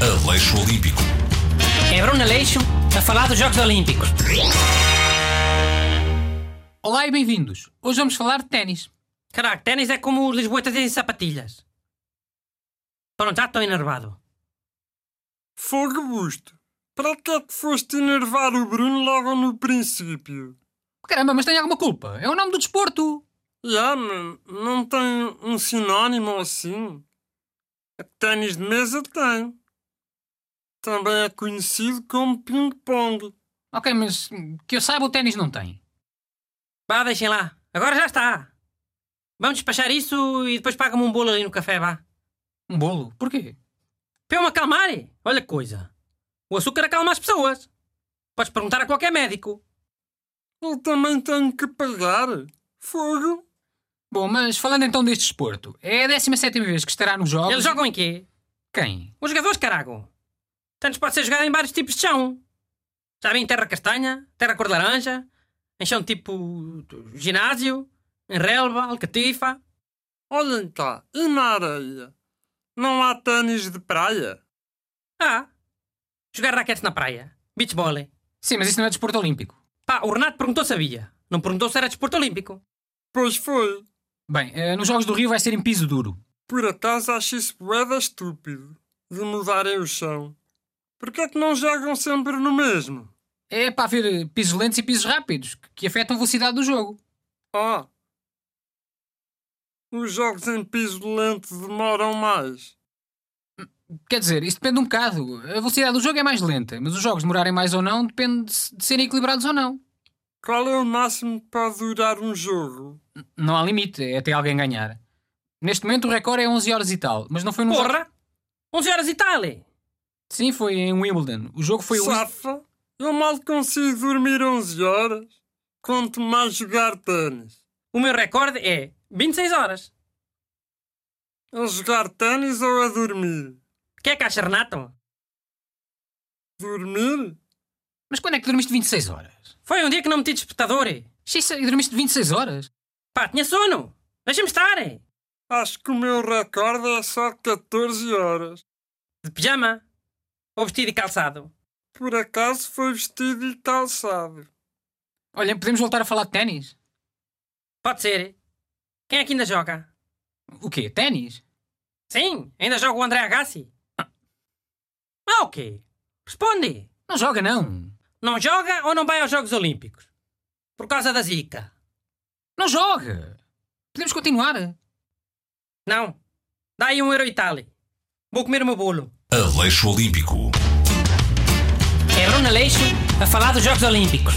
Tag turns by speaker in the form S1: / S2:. S1: Aleixo Olímpico.
S2: É Bruno Aleixo a falar dos Jogos Olímpicos.
S3: Olá e bem-vindos. Hoje vamos falar de ténis.
S2: Caraca, ténis é como os lisboetas dizem sapatilhas. Pronto, já estou enervado.
S4: Fogo Busto, para que é que foste enervar o Bruno logo no princípio?
S3: Caramba, mas tem alguma culpa. É o nome do desporto.
S4: Yeah, man, não tem um sinónimo assim? É que Ténis de mesa tem. Também é conhecido como ping-pong.
S3: Ok, mas hum, que eu saiba, o ténis não tem.
S2: Vá, deixem lá. Agora já está. Vamos despachar isso e depois paga-me um bolo ali no café, vá.
S3: Um bolo. Porquê?
S2: Para eu me acalmar? Olha que coisa. O açúcar acalma as pessoas. Podes perguntar a qualquer médico.
S4: Eu também tenho que pagar. Fogo?
S3: Bom, mas falando então deste desporto, é a 17 vez que estará nos Jogos.
S2: Eles jogam em quê?
S3: Quem?
S2: Os jogadores, carago. Tantos pode ser jogado em vários tipos de chão. Já vi em terra castanha, terra cor de laranja, em chão tipo ginásio, em relva, alcatifa.
S4: Olhem cá, e na areia? Não há ténis de praia?
S2: Ah, jogar raquetes na praia, beach volley.
S3: Sim, mas isso não é desporto olímpico.
S2: Pá, o Renato perguntou se havia. Não perguntou se era desporto olímpico.
S4: Pois foi.
S3: Bem, eh, nos Jogos do Rio vai ser em piso duro.
S4: Por acaso acho isso boeda estúpido de mudarem o chão. Porquê é que não jogam sempre no mesmo?
S3: É para haver eh, pisos lentos e pisos rápidos, que- que afetam a velocidade do jogo.
S4: Ah! Os jogos em piso lento demoram mais.
S3: Quer dizer, isso depende um bocado. A velocidade do jogo é mais lenta, mas os jogos demorarem mais ou não depende de se- de serem equilibrados ou não.
S4: Qual é o máximo para durar um jogo?
S3: Não há limite, é até alguém ganhar. Neste momento o recorde é 11 horas e tal, mas não foi no
S2: Porra! 11 horas e tal! eh?
S3: Sim, foi em Wimbledon. O jogo foi um- o
S4: Safa? Eu mal consigo dormir 11 horas. Quanto mais jogar ténis.
S2: O meu recorde é 26 horas.
S4: É jogar ténis ou é dormir?
S2: Que é que acha, Renato?
S4: Dormir?
S3: Mas quando é que dormiste 26 horas?
S2: Foi um dia que não meti despertador. eh?
S3: Xiça, e dormiste 26 horas?
S2: Pá, tinha sono. Deixa-me estar. eh?
S4: Acho que o meu recorde é só 14 horas.
S2: De pijama. Ou vestido e calçado.
S4: Por acaso foi vestido e calçado.
S3: Olha, podemos voltar a falar de ténis?
S2: Pode ser. eh? Quem é que ainda joga?
S3: O quê? Ténis?
S2: Sim, ainda joga o André Agassi. Ah, o quê? Responde.
S3: Não joga, não.
S2: Não joga ou não vai aos Jogos Olímpicos? Por causa da zica.
S3: Não joga. Podemos continuar.
S2: Não. Dá aí um euro e tal. Vou comer o meu bolo.
S1: Aleixo Olímpico.
S2: É Bruno Aleixo a falar dos Jogos Olímpicos.